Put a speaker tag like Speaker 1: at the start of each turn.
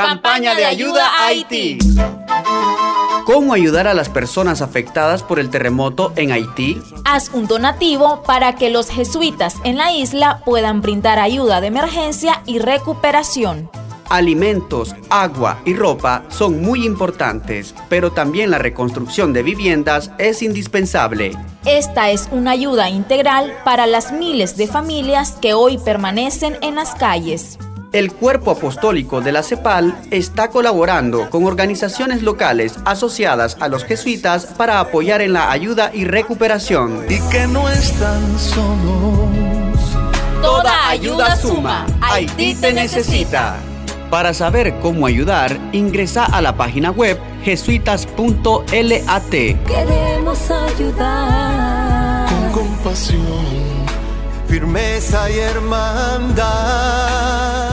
Speaker 1: Campaña de ayuda a Haití. ¿Cómo ayudar a las personas afectadas por el terremoto en Haití?
Speaker 2: Haz un donativo para que los jesuitas en la isla puedan brindar ayuda de emergencia y recuperación.
Speaker 1: Alimentos, agua y ropa son muy importantes, pero también la reconstrucción de viviendas es indispensable.
Speaker 2: Esta es una ayuda integral para las miles de familias que hoy permanecen en las calles.
Speaker 1: El cuerpo apostólico de la CEPAL está colaborando con organizaciones locales asociadas a los jesuitas para apoyar en la ayuda y recuperación.
Speaker 3: Y que no están solos.
Speaker 2: Toda ayuda suma. Haití te necesita.
Speaker 1: Para saber cómo ayudar, ingresa a la página web jesuitas.lat.
Speaker 4: Queremos ayudar.
Speaker 3: Con compasión, firmeza y hermandad.